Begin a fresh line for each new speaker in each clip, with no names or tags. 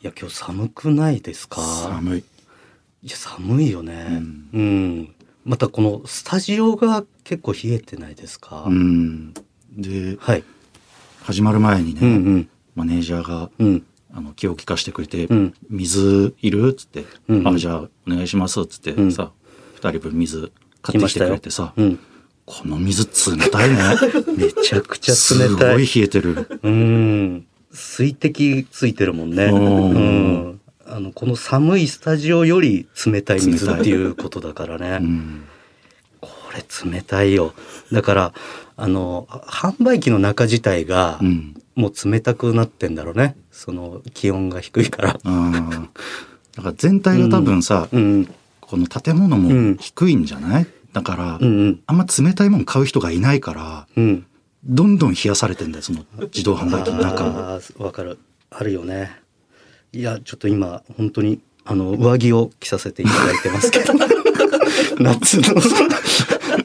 いや今日寒くないですか
寒い。
いや寒いよね
う
うんん、またこのスタジオが結構冷えてないですか、
うん。で、
はい
始まる前にね、
うんうん
マネージャーが、
うん
あの気を利かしてくれて、
うん
水いるっつって、
うん
あじゃあお願いしますっつって、
ん
さ2人分水
来
買って
ま
き
してた
く
よ
れてさ、
うん
この水冷た いね
めちゃくちゃ
す
冷た
ご
い
い冷えてる
うん水滴ついてるもんね
お
う
ー
んあのこの寒いスタジオより冷たい水
冷たい
っていうことだからね、
うん
これ冷たいよだからあの販売機の中自体が
うん
もう冷たくなってんだろうねその気温が低いから
あーだから全体が多分さ、
うん
この建物
う
も
ん
低いんじゃないだから、
うんうん
あんま冷たいもん買う人がいないから
うん
どんどん冷やされてんだよその自動販売機の中も
あーわかるあるよねいやちょっと今本当にあの上着を着させていただいてますけ ど夏の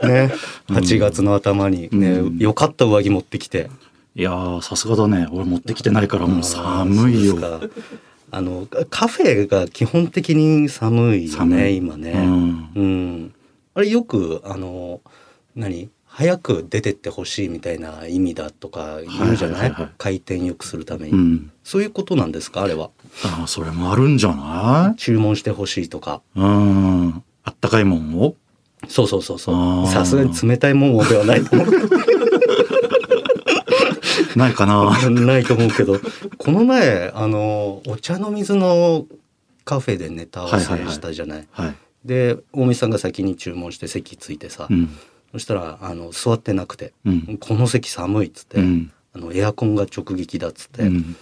ね8月の頭にね、
うん
よかった上着持ってきて
いやーさすがだね俺持ってきてないからもう寒いよ
あーそうですかあのカカフェが基本的に寒いよ
寒
ね
い
今ね、
うん
うんあれよくあの何早く出てってほしいみたいな意味だとか言うじゃない,、
はいはいはいはい
回転よくするために、
うん
そういうことなんですかあれは
ああ、それもあるんじゃな
注文してほしいとか
いうん。あったかいもんを
そうそうそう
あ
そ
ー
うさすがに冷たいもんではないと思
な いかな
う ないと思うけどこの前あのお茶の水のカフェでネタ合わせ
はいはいはい
したじゃない,、
はい。
で大見さんが先に注文して席ついてさ、
うん。
そしたらあの座ってなくて、
うん
この席寒い」っつって、
うん。
あの「エアコンが直撃だ」っつって、
うん。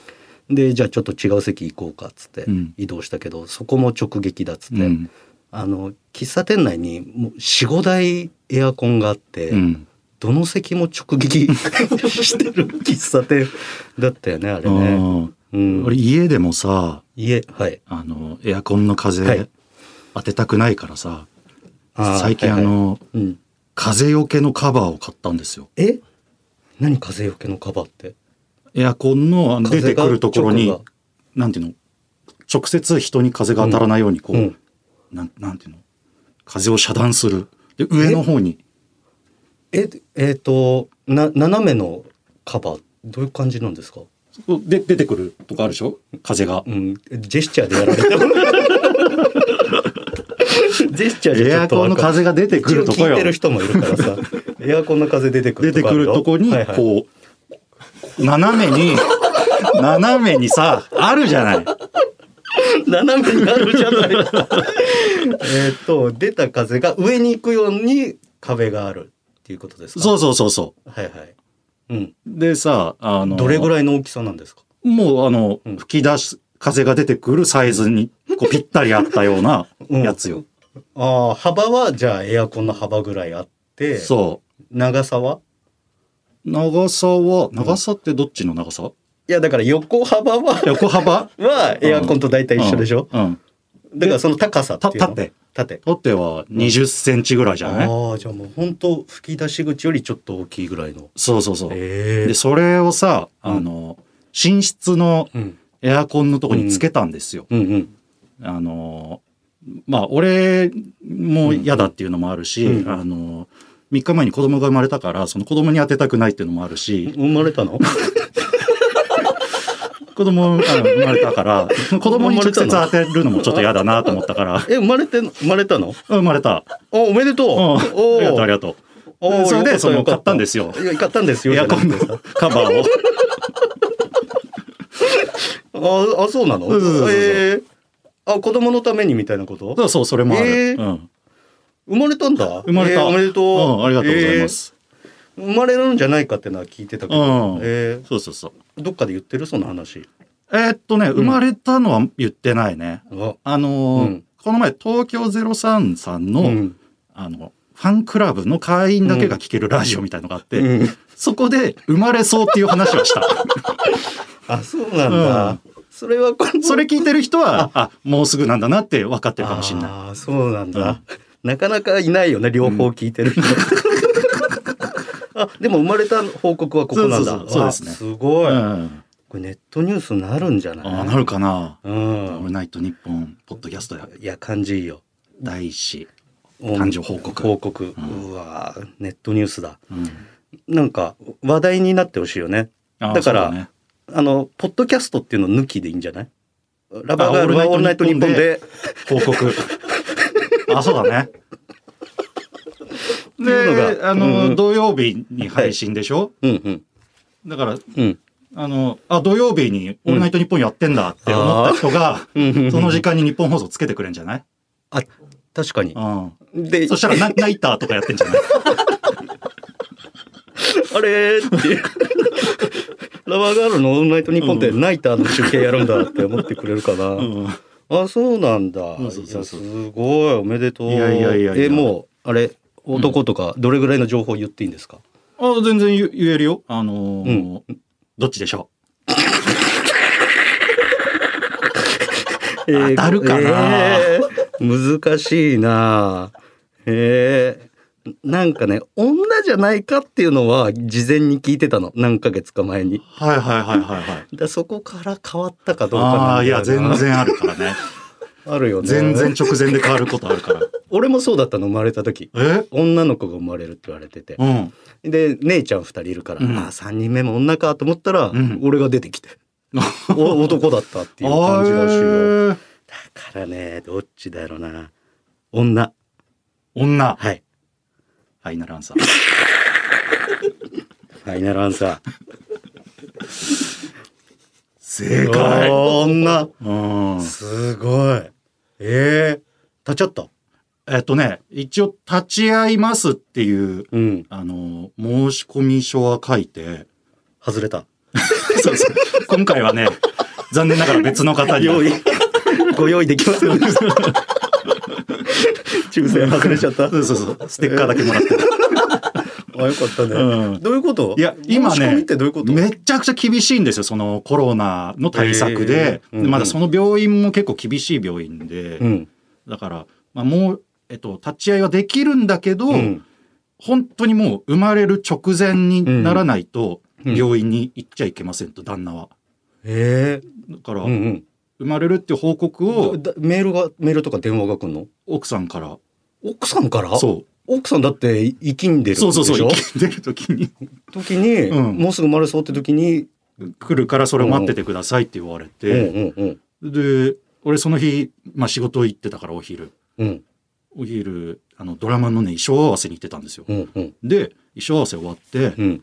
でじゃあちょっと違う席行こうかっつって、
うん
移動したけどそこも直撃だっつって、
うん
あの喫茶店内にもう45台エアコンがあって、
うん。
どの席も直 撃してる喫茶店だったよねあれね。う
ああ
ん
俺、家でもさ、
家はい
あの、エアコンの
は
風
い
当てたくないからさ、
あー
最近あ
はいはい
の、
うん、
風よけのカバーを買ったんですよ。
え何風よけのカバーって
エアコンのあの出
風
て
が
くるところに
直が、
なんていうの直接人に風が当たらないように、こ
う、
うんなんなんていうの風を遮断する。で、上の方に。
ええー、とな斜めのカバーどういう感じなんですか、
で出てくるとかあるでしょ風が
う。ん、ジェスチャーでやられてもジェスチャーじゃち
エ
ょ
ア
っと
コンの
わかん
風が出てくると
一応
こ
聞い
よ
て。る人もいるからさエアコンの風出てく
出
る
て
とこ
く
ある
るとこに、
はいはい
こう、斜めに、斜めにさ、あるじゃない。
斜めになるじゃないえっと出た風が上に行くように壁があるっていうことですか
そうそうそうそう
はいはい、うん、
う。でさ、あの、
どれぐ
い
らいの大きさなんですか
もう、あの
う、ん
吹き出す、風が出てくるサイズに、こう、ぴったり合ったような
うん
やつよ。
ああ幅はじゃあエアコンの幅ぐらいあって
そ
長さは
う。長さは、長さってどっちの長さ
いやだから横幅は
横幅
はエアコンと大体一緒でしょ、
うんうん。
だからその高さっていうの
た縦
縦
縦は20センチぐらいじゃない
ああじゃあもう本当吹き出し口よりちょっと大きいぐらいの
そうそうそう。
ええ
で、それをさ、あの、寝室の
うん、
エアコンのとこにつけたんですよ。
うんうん
あの、まあ、俺も嫌だっていうのもあるし、
うん
あの、3日前に子供が生まれたから、その子供に当てたくないっていうのもあるし、
生まれた の
子供あの生まれ たから、子供に直接
生ま
当てるのもちょっと嫌だなと思ったから、
え生まれてん生まれたの
生まれた。
おおめでとう
うんあり
お
がとう、あ
が
りがとう。それで、その、買ったんですすよ。
いや買ったんですよ
エアコ ンの
じゃなくて
カバーを。
ああそうなの
そうそうそうそう
ええあ子供のためにみたいなこと
そうそう、それもある。
えー
うん。
生まれたんだ
生まれた、
えーおめでとう、
んありがとうございま
え
す。
ー生まれるんじゃないかってのは聞いてたけど、
うん
え
そうそうそう。
ーどっかで言ってるその話
えーっとね、生まれたのは言ってないね。
あ
あのー
うん
この前、東京03さんの、
うん
あの、ファンクラブの会員だけが聞けるラジオみたいのがあって、
うん
そこで生まれそうっていう話はした。
あそうなんだ、
うん
それはこの
それ聞いてる 人は、あ、もうすぐなんだなって分かってるかもしれない。
ああそうなんだ、なかなかいないよね両方聞いてる人、 あでも生まれた報告はここなんだ
そうそうそうそうですね
わすごい、
うん
これネットニュースになるんじゃない
ああ、なるかな。
う
オール
ん。
ナイトニッポンポッドキャストや
いや、感じいいよ。
第一子。
誕
生報告
報告。
うん
うわーネットニュースだ。
うん
なんか、話題になってほしいよね。
あ
だから
そうね
あの、ポッドキャストっていうの抜きでいいんじゃないラバーガール
あ
は
オ
オール
ールナ
ナ
イ
イ
ト
ト
ニ
ニ
ッ
ッ
ポ
ポン
ンで
で。
あ、そうだね。
いうの
で、
が
あの、
うん
土曜日に配信でしょ
うんうん。
だから、
うん。
あの、あ、土曜日にオールナイトニッポンやってんだって思った人が、
うんうんうん
その時間に日本放送つけてくれんじゃない
あ、確かに
う。ん。
で、
そしたら、ナナイターとかやってんじゃない
あれーって。 ラバーガールのオールナイトニッポンって
う
ナイターの中継やるんだって思ってくれるかな。
うん。
あ、そうなんだ。
うんそうそうそう
いやすごい、おめでとう。
いやいやいやいや
え、もう、あれ、男とか、どれぐらいの情報言っていいんですか。
あ、全然言言えるよ。あのーどっちでしょ
え
当たるかな
えー難しいな。えーなんかね女じゃないかっていうのは事前に聞いてたの何ヶ月か前に
うはいはいはいはいはい。
だそこから変わったかどうか
あ
な
あー、
ん
い
だよ
や、
な
全然あるからね。
あるよね
全然直前で変わることあるから。
俺もそうだったの生まれた時
え
女の子が生まれるって言われてて
うん。
で姉ちゃん2人いるから、
うん
ああ3人目も女かと思ったら、
うん
俺が出てきて お男だったっていう
あ
感じらしいよ
ー
だからねどっちだろうな女
女。
はい
ファイナルアンサー。
ファイナルアンサー
正解。
おー女
うん。
すごいええ立っちゃった
えっとね、一応、立ち会いますっていう、
うん
あのー、申し込み書は書 いて、
外れた
そうそう。今回はね、残念ながら別の方に。
用意ご用意でき ますよね抽選外れちゃったあ
そうそうそう。ステッカーだけもらって。
よかったね、
うん
どういうこと
いや、今
申し込み
ね
ってどういうこ、と
めちゃくちゃ厳しいんですよ、そのコロナの対策で。
へーうん
まだその病院も結構厳しい病院で、
うん
だから、まあ、もう、えっと、立ち会いはできるんだけど、
うん
本当にもう生まれる直前にならない
う
と、
ん
病院に行っちゃいけませんと、旦那は。
ええ
だから、
うんうん
生まれるっていう報告を
だメールがメールとか電話が来るの
奥さんから、
奥さんから
そう。
奥さんだって生きんでるんでし
そ
ょ
うそうそう、 生きてる時に
時に、
うん
もうすぐ生まれそうって時に、
来るからそれを待っててくださいって言われて、
うんうん
で、俺その日、まあ仕事行ってたからお昼。
うんうん
お昼あのドラマのね衣装合わせに行ってたんですよ。
うんうん
で衣装合わせ終わって、
うん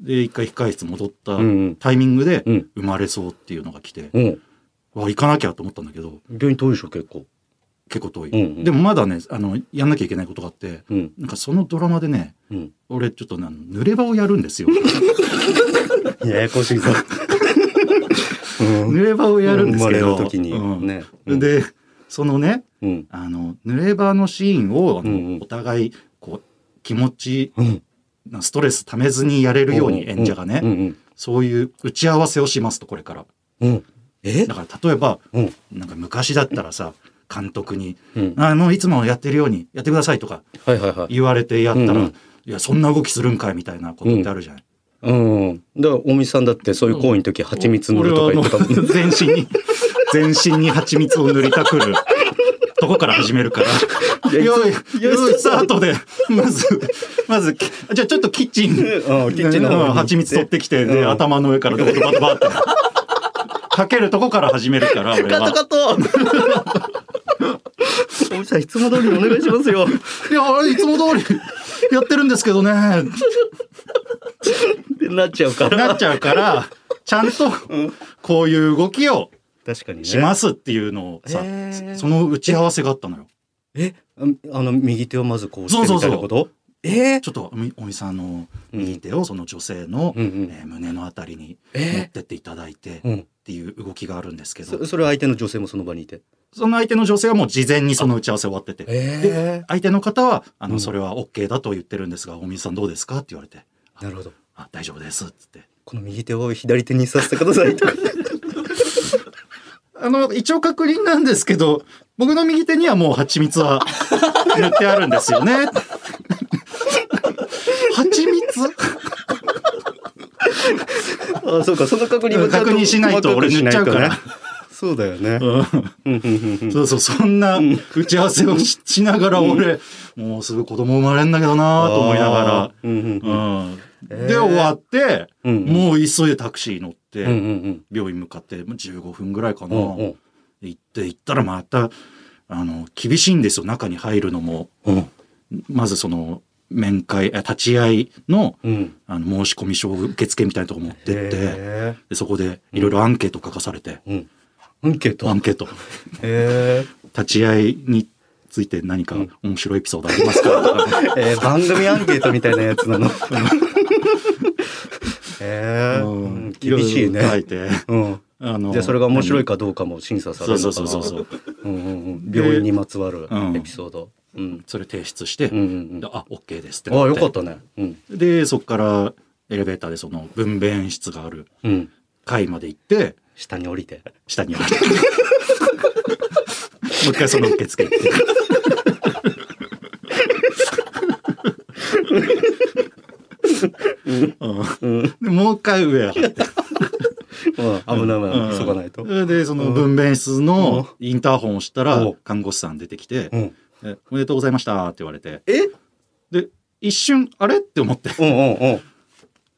で一回控室戻った
うんうん
タイミングで
うん
生まれそうっていうのが来て、
うん
わ行かなきゃと思ったんだけど
病院遠いでしょ結構
結構遠い、
うんうん
でもまだねあのやんなきゃいけないことがあって
うん
なんかそのドラマでね
うん
俺ちょっとねあの濡れ場をやるんですよ
ややこしいぞうん
濡れ場をやるんですけ
生
ど、
まれる時に、
うん
ねうん
でそのね
うん
あの濡れ場のシーンをあの、
うんうん
お互いこう気持ち
うん
なストレスためずにやれるように演者がね、
うんうん
そういう打ち合わせをしますと、これから。
うんうんえ
だから例えば、
うん
なんか昔だったらさ、監督に、
うん
あの、いつもやってるようにやってくださいとか
はいはいはい
言われてやったら、
うんうん
いや、そんな動きするんかいみたいなことってあるじゃない。
うんだからおみさんだってそういう行為の時蜂蜜塗るとか言ってたもん
俺はあの全身に、全身に蜂蜜を塗りたくる。とこから始めるから。
いや
よい、
いや
よい、スタートで、まず、まず、きじゃあちょっとキッチン、
うんキッチンの方に行っ
う
て
ん蜂蜜取ってきて、で、
うん
頭の上からドバドバドバって。かけるとこから始めるから、俺
カッ
は
ト。カット。おじさんいつも通りお願いしますよ。
いや、あれいつも通りやってるんですけどね、
ってなっちゃうから。
なっちゃうから、ちゃんとこういう動きを
確かにね。
しますっていうのをさ、
へー
その打ち合わせがあったのよ。
え、ああの右手をまずこうして
そう
み
そ
た
う
いな
そう
こと？えー
ちょっとおみおみさんの
うん
右手をその女性の、
うんうん
えー胸のあたりに
えー
持ってっていただいてっ
うん。
ていう動きがあるんですけど、
そそれは相手の女性もその場にいて。
その相手の女性はもう事前にその打ち合わせ終わってて、
え
相手の方は、あ
う
の、
ん
それは OK だと言ってるんですが、おみさんどうですかって言われて、
ー。なるほど。
あ、大丈夫ですっつって。
この右手を左手にさせてくださいとか。
あの、一応確認なんですけど、僕の右手にはもう蜂蜜 は塗ってあるんですよ ね。蜂蜜
あそうかその確認もちゃんと
確認しないと
細かくし
俺塗っちゃうから
ねそうだよね
う
うんうんうんうん
んそうそう、そんな打ち合わせをししながら俺、もうすぐ子供生まれんだけどなと思いなが
うんうんうん
ら。うん。
えー
で、終わって、
うん
もう急いでタクシー乗っ
うんうん
て、病院向かって、もう15分ぐらいか
う
な。
んうん
行って、行ったらまた、あの、厳しいんですよ、中に入るのも。
うん
まずその、面会、あ立ち会いの、
うん
あの申し込み書受付みたいなとこ持ってって、
へ
でそこでいろいろアンケート書かされて、
えうんアンケー
ア
ト
ンケート、
へえ
立ち会いについて何か面白いエピソードありますかとか、
えー番組アンケートみたいなやつなのへえ
う
うんん厳しい
ろろ書い
ね
て、
うん
あの
じゃあそれが面白いかどうかも審査され
そう
る
そ
の
う
か
そ
な
うそうそ
う
う。
んうんうん
で
病院にまつわる
うん
エピソードうん
それ提出して、
うんうんうん
であ、OK ですって
ああよ
なって。
かったねうん
で、そこからエレベーターでその分娩室がある
うん
階まで行って、
下に降りて
下にあ る。もう一回その受付行って。うんでもう一回上上がって
うん危ない危
う
なんい急がないと
でその
うん
分娩室のインターホンを押したら
うん
看護師さん出てきて
うん
「えおめでとうございました」って言われて
え
で一瞬あれって思って
うんうんうん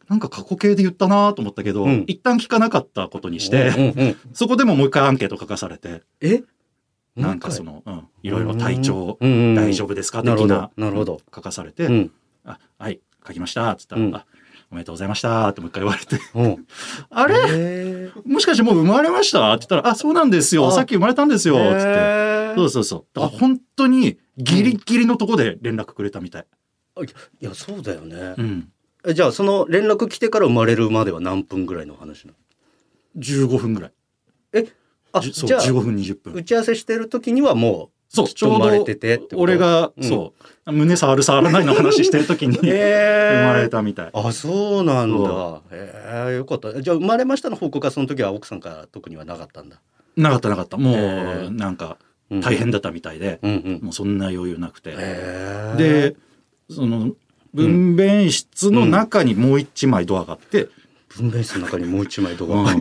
なんか過去形で言ったなと思ったけど、
うん
一旦聞かなかったことにし
う
て
んうんうん
そこでももう一回アンケート書かされて
え
なんかその、うん、いろいろ体調大
大
丈夫ですか
なる
的
ほど
な
なるほど
書かされ
う
て
ん
「あはい書きました」っつったら
うん
あ「おめでとうございました」ってもう一回言われて
うん
「あ
あ
れもしかしてもう生まれました?」って言ったら「あそうなんですよ
あ
さっき生まれたんですよ」っつって。そうそうそう。だから本当にギリギリのとこで連絡くれたみたい。
いやそうだよね
ん。
えじゃあその連絡来てから生まれるまでは何分ぐらいの話なの
15分ぐらい。
あ
じそう、
じゃあ
15分、20分
打。ち合わせしてる時にはも
そう、
う
ち
ちょ
ょ
生
う
まれ
ど
ててってこと
俺が、
うん
そう、胸触る触らないの話してる 時に生
生
まれたみたい。
あそうなんだ
そ
へえよかったじゃあ生まれましたの報告はその時は奥さんから特にはなかったんだ、
なかったなかった。も
へ
う、
ー
なんか
うん
大変だったみたいで、
うんうん
もうそんな余裕なくて。
へえ
で、その、分娩室の中にもう一枚ドアがあって、
分娩室の中にもう一枚動画、
う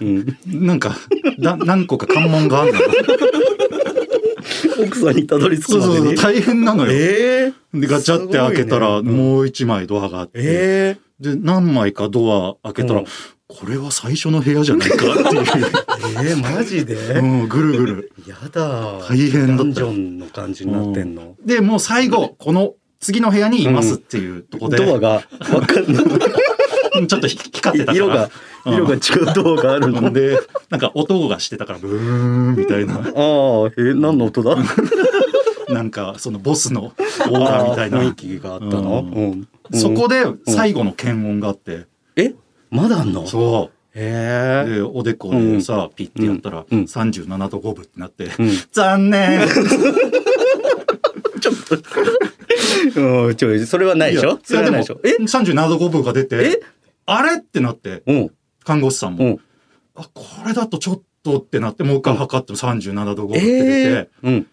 うん、
んなんか、だ何個か関門があるのよ。
奥さんにたどり着く
そう
ま
そう
で
そう、
に
大変なのよ。
ええ
で、ガチャって開けたら、
すごいね
もう一枚ドアがあって、
え
で、何枚かドア開けたら、
うん
これは最初の部屋じゃないかっていう、
え ええマジで、
うん、ぐるぐる。
やだ
大変だったよ
ダンジョンの感じになってんの、
で、もう最後、この次の部屋にいますっていうとこで、
ドアがわかんない
うんちょっと光ってたから、
色が
うん
色が違うドアがあるの
うんで、なんか音がしてたから、ブーンみた いな、
ああ、えー、何の音だ
なんかそのボスのオーラみたいな
あー雰囲気があったの、
うん
うん
そこで最後の検温があって、
えまだあんの
そう。
へえ
で、おでこでさ、ピッてやったら、
うん
37度5分ってなって、
ん
残念
うん、ちょ、それはないでし
いや
ょそれはないでしょ
いやでも37度5分が出て
え、
あれってなって、
えうん、
看護師さん
う
も、
ん。
あ、これだとちょっとってなって、もう一回測っても37度5分っ
え
て出て、
えうん。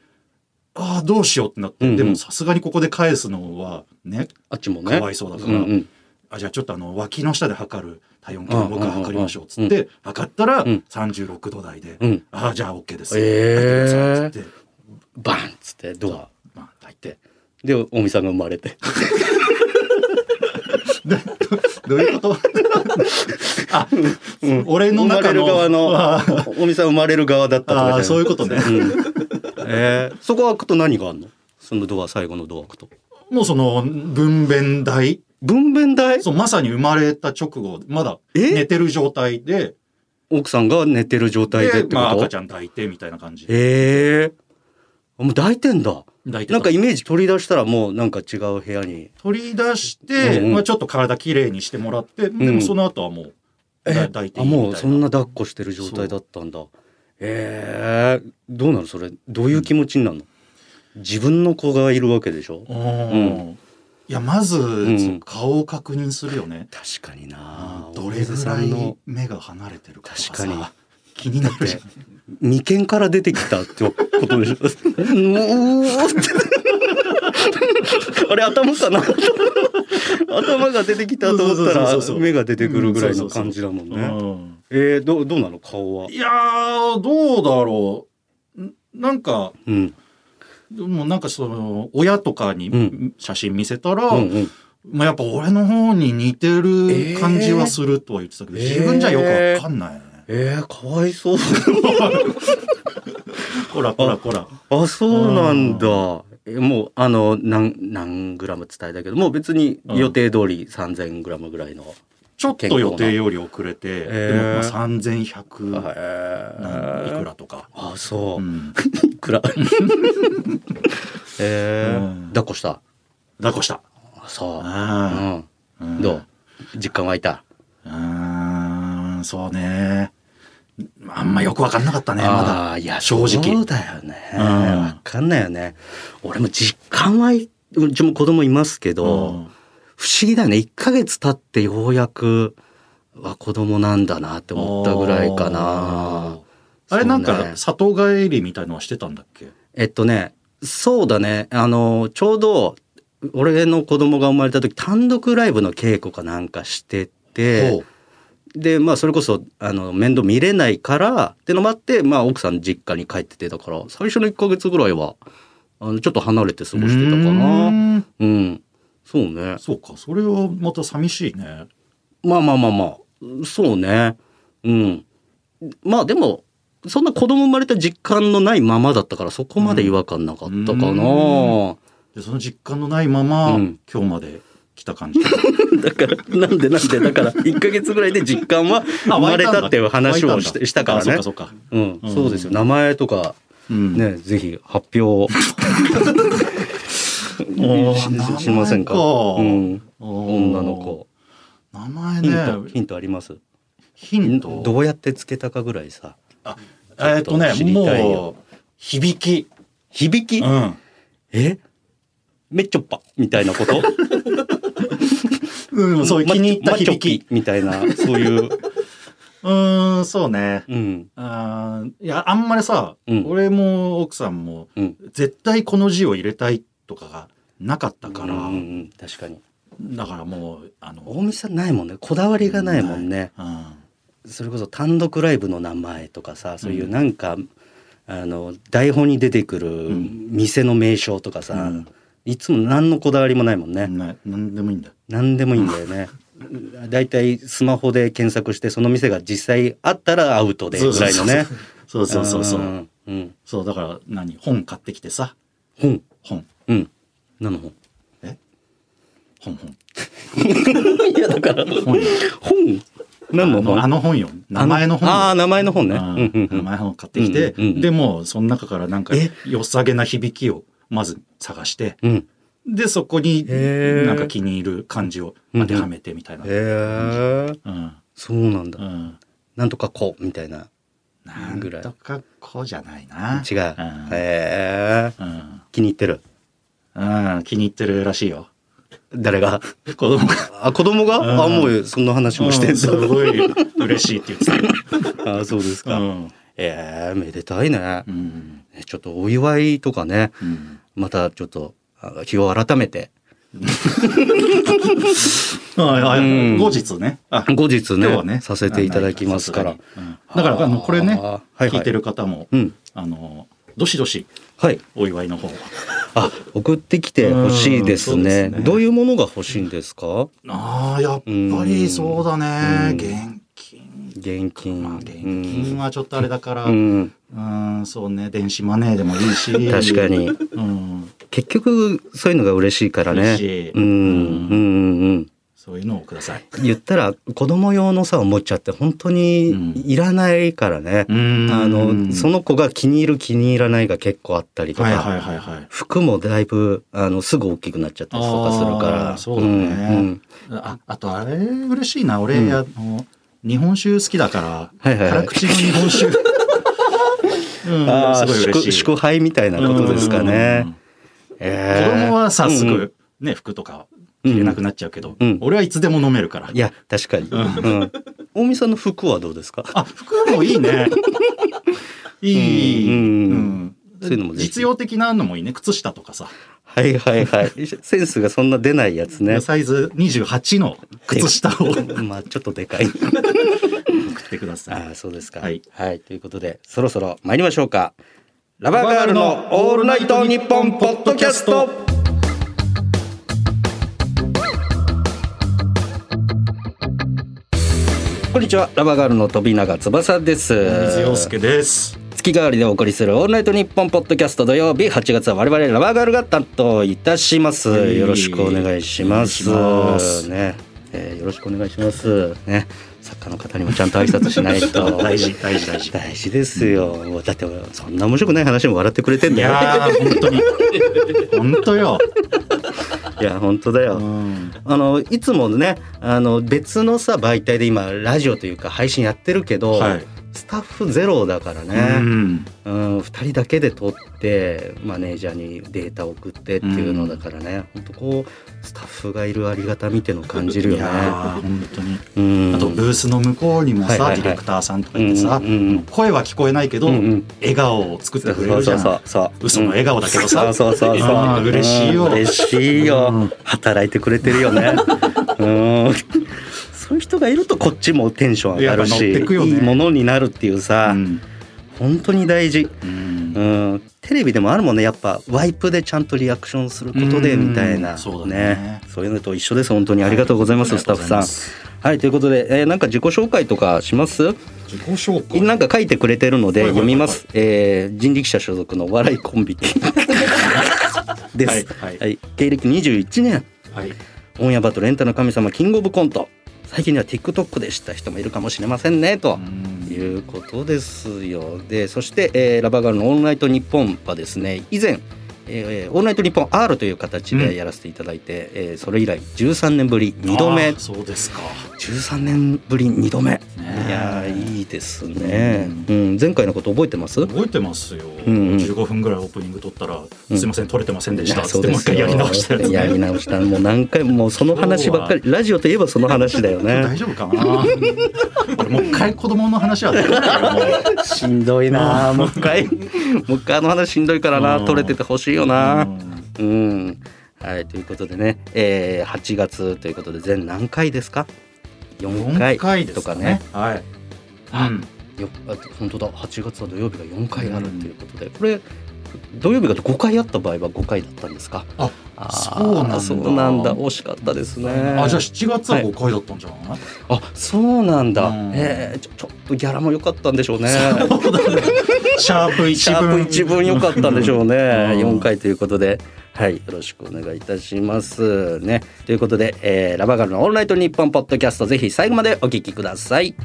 ああ、どうしようってなって、
うんうん
でもさすがにここで返すのはね、
あっちもね。
かわいそうだか
う
ら、
んうん。
あじゃあちょっとあの、脇の下で測る体温計を僕は測りましょうっつ
う
っ
んうん
て、測ったら
うん
36度台で、
うん。
ああ、じゃあ OK です。
ええ
入ってくださいっつって、
バンっつって、ドア。
まあ、入って。
で、おみさんが生まれて。
どういうことあ、俺の
生まれ
中の。
る側
あー
の、おみさん生まれる側だったとかじゃ
あ
な
ー、そういうことね。
うん。ええそこ開くと何があるのそのドア、最後のドア開くと。
もうその、分娩台。
分娩台
そう、まさに生まれた直後、まだ
え
寝てる状態で、
奥さんが寝てる状態でって
で
こと、
まあ赤ちゃん抱いてみたいな感じで。
ええもう抱いてんだ。
抱いてた
なんかイメージ取り出したらもうなんか違う部屋に。
取り出して、
うんうん
まあちょっと体きれいにしてもらって、で
う
も
ん
その後はもう、だ抱いてい
あ
いみたいな。
もうそんな抱っこしてる状態だったんだ。ええどうなのそれどういう気持ちになるの、自分の子がいるわけでしょ
うん。いや、まず、
ん
その顔を確認するよね。
確かにな
どれぐら
大江さん
い目が離れてるかとか
確か
さ、気になるじゃん。
眉間から 出てきたってことでしょうおーってあれ頭か な頭が出てきたと思ったら
そうそうそうそう
目が出てくるぐらいの感じだもんね。
うん。
えー、どうどうなの顔はい
やーどうだろうんなんか
うん
でもなんかその親とか
う
に
ん
写真見せたら、
うんうん。
まあ、やっぱ俺の方に似てる感じはするとは言ってたけど、
えー
自分じゃよくわかんないね、
えー、かわいそう。
こらこらこら
あそうなんだ。えもうあの何何グラム伝えたけどもう別に予定通り3,000グラムぐらいの。
ちょっと予定より遅れて、
えー
でもまあ3100
へ
何、いく
ー
らとか、
あそうう、
ん、
いく らえー
うん
抱っこした
抱っこした
あそう、
あ
う
ー
ん、どう実感湧いた
うーんそうねあんまよくわかんなかったねまだ
あーいや
正直
そうだよね
うん
わかんないよね俺も実感はいうちも子供いますけど、
うん
不思議だよね1ヶ月経ってようやくは子供なんだなって思ったぐらいかな
あれなん
そうね
か里帰りみたいのはしてたんだっけ
えっとねそうだねあのちょうど俺の子供が生まれた時単独ライブの稽古かなんかしてて
ほ
でまあそれこそあの面倒見れないからってのもあって、まあ、奥さん実家に帰っててだから最初の1ヶ月ぐらいはあのちょっと離れて過
う
ごしてたか
う
な
ーん
うんそうね
そうかそれはまた寂しいね
まあまあまあまあそうねうんまあでもそんな子供生まれた実感のないままだったからそこまで違和感なかったかな、
うんでその実感のないまま、
うん
今日まで来た感じ
だから、なんでなんで、だから、1ヶ月ぐらいで実感は 生まれたっていう話をし
湧いたんだ
てしたからね
あ。そうかそうか、
うん
う、ん
そうですよ。名前とか、
うん、
ね、ぜひ発表 を
お
し
ー
ししませんか。
名前か
うん、女
女
の子。
名前
ヒ
ね
ント、ヒントあります
ヒント
どうやってつけたかぐらいさ。
えーっとね
ちょっと知りたいよ
もう響き、
響き
うん、
えめっちょっぱみたいな こと
うん、そう気に入った
ままちょっ
響
ぴ
き。
みたいな、そう いう。
うーん、そうね。
うん。
あーいや、あんまりさ、
うん
俺も奥さんも、
うん。
絶対この字を入れたいとかがなかったから、
うんうんうん確かに。
だからもう、あの、
大見さんないもんね。こだわりがないもんね。
うん、
それこそ単独ライブの名前とかさそういうなんか、あの台本に出てくる
ん
店の名称とかさ、
うん
いつも何のこだわりもないもんね、
ななんでもいいんだ。
何でもいいんだよ ね。だいたいスマホで検索してその店が実際あったらアウトでぐらいのね。
そうそうそうそう。そうそうそうそうん
うん
そう、だから何、本買ってきてさ、
本
本、
うん何の本
本、本。
いやだから
本よ
本何の本
あのあの本よ。名前の本よ。
ああ名前の本ね。う
あ
んうん
ー
うん
名前の本買ってきて、
うんうんうん
でもうその中からなんか
え
良さげな響きをまず探して、
うん。
でそこに
へー
なんか気に入る感じを当てはめてみたいな。
へえ
うん
そうなんだ。
うん
なんとかこうみたいな。
なんとかこうじゃないな。
違う。へ
ん
え
うん
気に入ってる。
うん気に入ってるらしいよ。
誰が
子供が。
あ、子供が、
うん
あ、もうそんな話もし
う
て
んす
ん
ごい嬉しいって言って た。
だ。あ、そうですか。
うん
えー、めでたいね
う。ん
ねちょっとお祝いとかね、
うん
またちょっと、あ日を改めて、
ああ
うん
後日ね。あ
後日ね
今日はね
させていただきますから。
さ。すがにうんだからあのこれね
あーはいはい
聞いてる方も、
うん。
あのどしどし
はい。
お祝いの方を
あ、送ってきてほしいです
うんそうで
ね。
すね
どういうものが欲しいんですか
ああやっ
ぱりそう
だ
ね
現金
現金。
まあ現金はちょっとあれだから
う
うん
ん。うん
ーんそうね電子マネーでもいいし
確かに。
うん
結局、そういうのが嬉しいからね。
嬉しい
うん。うんうんうん。
そういうのをください
言ったら子供用のさおもちゃって本当にいらないからね、あのそ
の
の子が気に入る気に入らないが結構あったりとか、
はいはいはいはい
服もだいぶあのすぐ大きくなっちゃったりとかするか
あ
ら
ーそうだね
んうん
ああとあれ嬉しいな俺、あの日本酒好きだから、
はいはいはい
辛口の 日本酒うん
あ
す
ー
ごい嬉し
祝
い
祝杯みたいなことですか
うん
ね。
子
えー
供はさす
うんうん
ぐね服とか着れなくなっちゃうけど、
うん
俺はいつでも飲めるから
いや確かに、うん、大見さんの服はどうですか
あ服もい いねいい、
うんうん
うん
そういうのもぜひ
実用的なのもいいね靴下とかさ、
はいはいはい。センスがそんな出ないやつね。
サイズ28の靴下を送
まあちょっとでかい。
ってください。
ああそうですか。
はい
ということでそろそろ参りましょうか。ラバーガールのオールナイトニッポンポッドキャスト。こんにちはラバーガールの飛永翼です。
水陽介です。
月替わりでお送りするオールナイトニッポンポッドキャスト土曜日8月は我々ラバーガールが担当いたします。
はい
よろしくお願いします。
お願いします
ね、えーよろしくお願いします。ね、作家の方にもちゃんと挨拶しないと
大事大事大事
大事ですよ。だってそんな面白くない話も笑ってくれてん
い
だよ。
やー本当に本当よ。
いや本当だよ。
うん
あのいつもねあの別のさ媒体で今ラジオというか配信やってるけど、
はい。
スタッフゼロだからね。
うん
うん、2人だけで撮ってマネージャーにデータ送ってっていうのだからね、ほん、本当こうスタッフがいるありがたみってのを感じるよ
い
ね。
やー本当に。
うん、
あとブースの向こうにも
はいはい
さ
はい
ディレクターさんとかいてさ
うんうんうん
声は聞こえないけど
うんうん
笑顔を作ってくれ
そ
る
う
じ
そ
ゃ。
うんそうそう
嘘の笑顔だけどさ
うんそうそうそうそう
あー嬉しいよ
うん嬉しいよ、
うん
働いてくれてるよねうんそういう人がいるとこっちもテンション上がるし
いや乗ってくよね
いいものになるっていうさ、
うん
本当に大事
うん
うん、テレビでもあるもんねやっぱワイプでちゃんとリアクションすることで
うん
みたいな
そうだね
そういうのと一緒です本当にありがとうございます、スタッフさん
ありがとうございます
はいということで、えーなんか自己紹介とかします
自己紹介。
なんか書いてくれてるので
はいはい
読
はい
み
はい
ます、えー人力車所属のお笑い コンビです、
は
はいい
はい
芸歴21年
はい。
オンエアバトルエンタの神様キングオブコント最近には TikTok で知った人もいるかもしれませんねと、いうことですよ。で、そして、えーラバーガールのオールナイトニッポンはですね、以前、えーオールナイトニッポン R という形
うん
でやらせていただいて、えーそれ以来13年ぶり2度目
あー、そうですか。
13年ぶり2度目。
ねえ
いやーいいですね、うん。前回のこと覚えてます？
覚えてますよ、
んうん
15分ぐらいオープニング撮ったら「
うん
すいません撮れてませんでし
い
た」
や
っつ
そ
ってもう一回やり直した
う
やつ、
です
ね、
よやり直した。もう何回ももうその話ばっかり。ラジオといえばその話だよ
大
ね。
丈夫かな俺もう一回子供の話はできないよもう
しんどいな。もう一回、もう一回あの話しんどいから
う
な。
ん
取れててほしいよな。う
うん
ん。はい、ということでね、えー、8月ということで全何回ですか4回
四回です
と
か
か
ね
ね
はい、うん、
よあ本当だ8月は土曜日が4回あるということで、これ土曜日が5回あった場合は5回だったんですか
あ
あ
そうなんだ
ーそうなんだ惜しかったですね
あじゃあ7月は5回だったんじゃない、
あそうなんだ、
うん
えーちょちょっとギャラも良かったんでしょうね
そうだねシャープ1分
シャープ一文良かったんでしょうね。
ん
4回ということで、はい、よろしくお願いいたしますね。ということで、えーラバガールのオンライトニッポンポッドキャスト、ぜひ最後までお聞きください。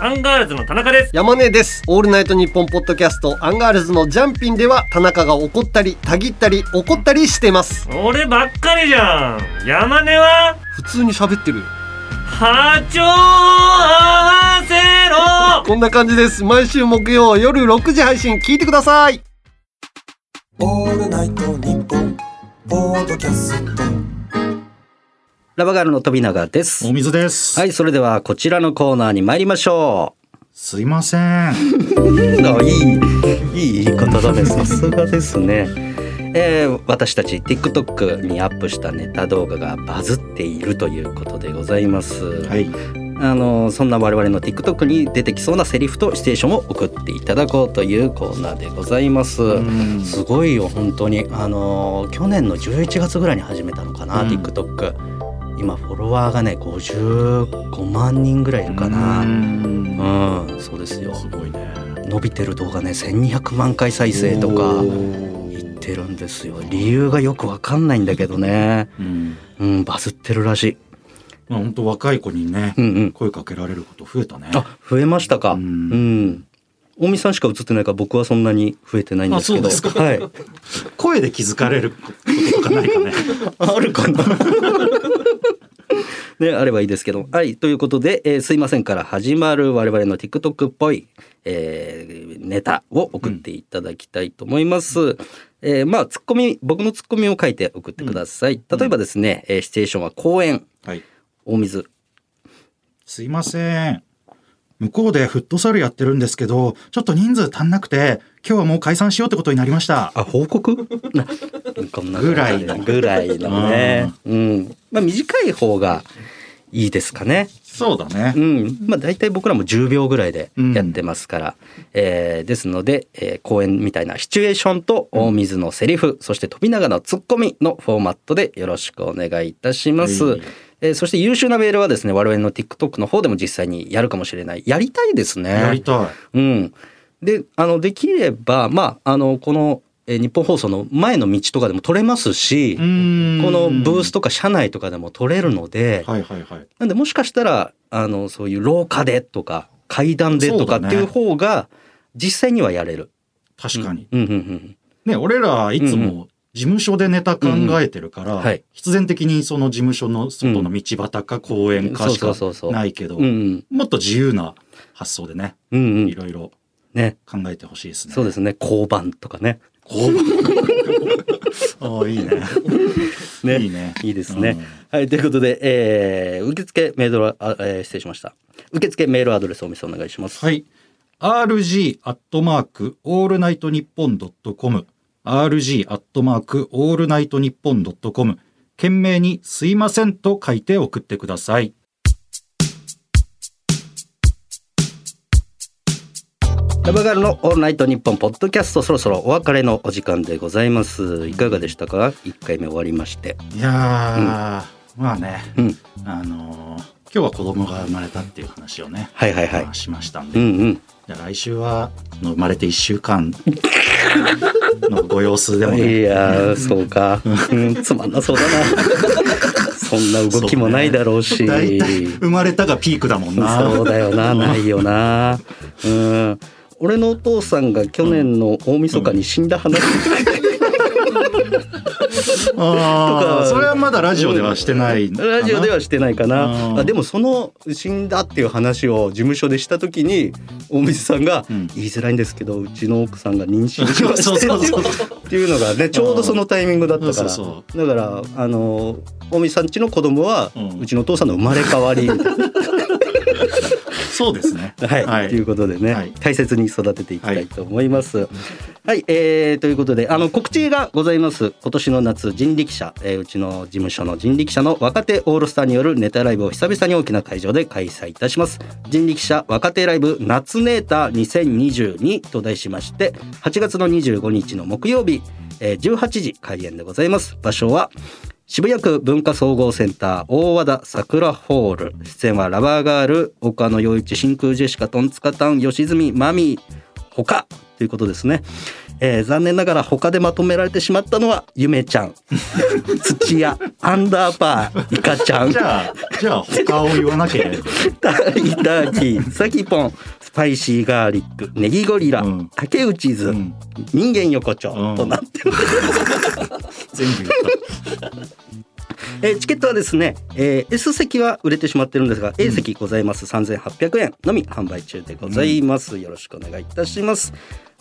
アンガールズの田中です。
山根です。オールナイトニッポンポッドキャストアンガールズのジャンピンでは田中が怒ったり、たぎったり、怒ったりしてます。
俺ばっかりじゃん。山根は
普通に喋ってるよ。
波長を合わせ
こんな感じです。毎週木曜夜6時配信聞いてください。
オールナイトニッポンポードキャスト
ラバガールの飛永です
お。水です、
はい、それではこちらのコーナーに参りましょ
すいませ
う。
ん
あいい、いい言い方だね。さすがですね。えー私たち TikTok にアップしたネタ動画がバズっているということでございます。
はい
あのそんな我々の TikTok に出てきそうなセリフとシチュエーションを送っていただこうというコーナーでございます。
うん
すごいよ本当にあの去年の11月ぐらいに始めたのかな、
うん
TikTok 今フォロワーがね55万人ぐらいいるか
う
な
ん
うん、そうですよ
すごいね
伸びてる動画ね1200万回再生とか言ってるんですよ理由がよくわかんないんだけどね
うん
うんバズってるらしい
まあ本当若い子にね、
うんうん
声かけられること増えたね。
あ増えましたか。
う
うんん。大見さんしか映ってないから僕はそんなに増えてないんですけど。
あそうです
はい。
声 で気づかれることとかないかね。
あるかな。ね、あればいいですけど。はい、ということで、えーすいませんから始まる我々の TikTok っぽい、えーネタを送っていただきたいと思います。えーまあ、ツッコミ、僕のツッコミを書いて送ってください。例えばですね、えーシチュエーションは公園、
はい。
大水。
すいません。向こうでフットサルやってるんですけど、ちょっと人数足んなくて、今日はもう解散しようってことになりました。
あ、報告なこんな
ぐらいの
ぐらいのね。うん。まあ、短い方がいいですかね。
そうだね
う。ん、まあ大体僕らも10秒ぐらいでやってますから、えーですので、えー公演みたいなシチュエーションと大水のセリフ、そして飛びながらのツッコミのフォーマットでよろしくお願いいたします、
はい
えーそして優秀なメールはですね我々の TikTok の方でも実際にやるかもしれないやりたいですね
やりたい。
うん、であのできればまああのこの、えー日本放送の前の道とかでも撮れますし、
うーん
このブースとか車内とかでも撮れるので、
はいはいはい。
なんでもしかしたらあのそういう廊下でとか階段でとか
そうだね
っていう方が実際にはやれる。
確かに。
うんうんうん。
ね、俺らいつ
う
も事務所でネタ考えてるから、
うんうんはい
必然的にその事務所の外の道端か公園かし
う
か
んそうそうそうそう
ないけど
うんう、ん
もっと自由な発想でね、
うんう
い
ん。
ろいろ
ね、
考えてほしいですね。
そうですね。交番とかね。
交番。 ああ、いいね。
ね
いいね。
いいですね。はい、ということで、えー、受付メールは、あえー失礼しました。受付メールアドレスをお見せお願いします。
はい。rg アットマークオールナイトニッポンドットコム rg アットマークオールナイトニッポンドットコム懸命にすいませんと書いて送ってください。
ラバガールのオールナイトニッポンポッドキャスト、そろそろお別れのお時間でございます。いかがでしたか一回目終わりまして。
いやー、まあね、
うん。
あのー今日は子供が生まれたっていう話をね、
はいはいはい
まあ。しましたん
う
で、
んうん。
じゃあ来週はあの生まれて1週間のご様子でもね、
いやーそうか、うん、つまんなそうだな そんな動きもないだろうし
大体生まれたがピークだもんな。
そうだよ なないよなうん俺のお父さんが去年の大晦日に死んだ話
あ
とか
あ、それはまだラジオではしてないかな。
ラジオではしてないか
う
なんあでもその死んだっていう話を事務所でした時に大水さんが
うん
言いづらいんですけどうちの奥さんが妊娠しましたってい
そううそう
っていうのがねちょうどそのタイミングだったか
そう
ら
そ
だからあの大水さんちの子供は
うん
うちのお父さんの生まれ変わりみたいな
そうですね。
はい、ということでね、
はい
大切に育てていきたいと思います。はい、えーということであの告知がございます。今年の夏人力車、えーうちの事務所の人力車の若手オールスターによるネタライブを久々に大きな会場で開催いたします。人力車若手ライブ夏ネーター2022と題しまして、8月の25日の木曜日、えー18時開演でございます。場所は渋谷区文化総合センター大和田桜ホール出演はラバーガール岡野陽一真空ジェシカトンツカタウン吉住マミー他ということですね、えー残念ながら他でまとめられてしまったのはゆめち ゃん土屋アンダーパーイカちゃん
じゃあ、じゃあ他を言わなきゃいけない。
タイターキーサキポンスパイシーガーリックネギゴリラ、
うん
竹内図、
うん
人間横丁
うん
となって
全部言っ
えーチケットはですね、えー S 席は売れてしまってるんですが A 席ございます、3800円のみ販売中でございます、よろしくお願いいたします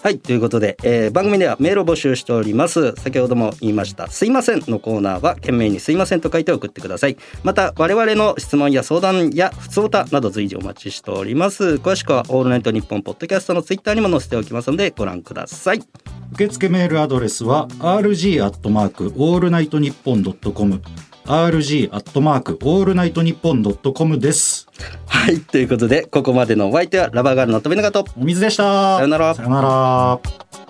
はいということで、えー番組ではメールを募集しております先ほども言いました「すいません」のコーナーは懸命に「すいません」と書いて送ってくださいまた我々の質問や相談や普通歌など随時お待ちしております詳しくは「オールナイトニッポン」ポッドキャストのツイッターにも載せておきますのでご覧ください
た。受付メールアドレスは rg アットマークオールナイトニッポンドットコム rg アットマークオールナイトニッポンドットコムです。
はいということでここまでのお相手はラバーガールの飛び永と
お水でした。
さよなら
さよなら。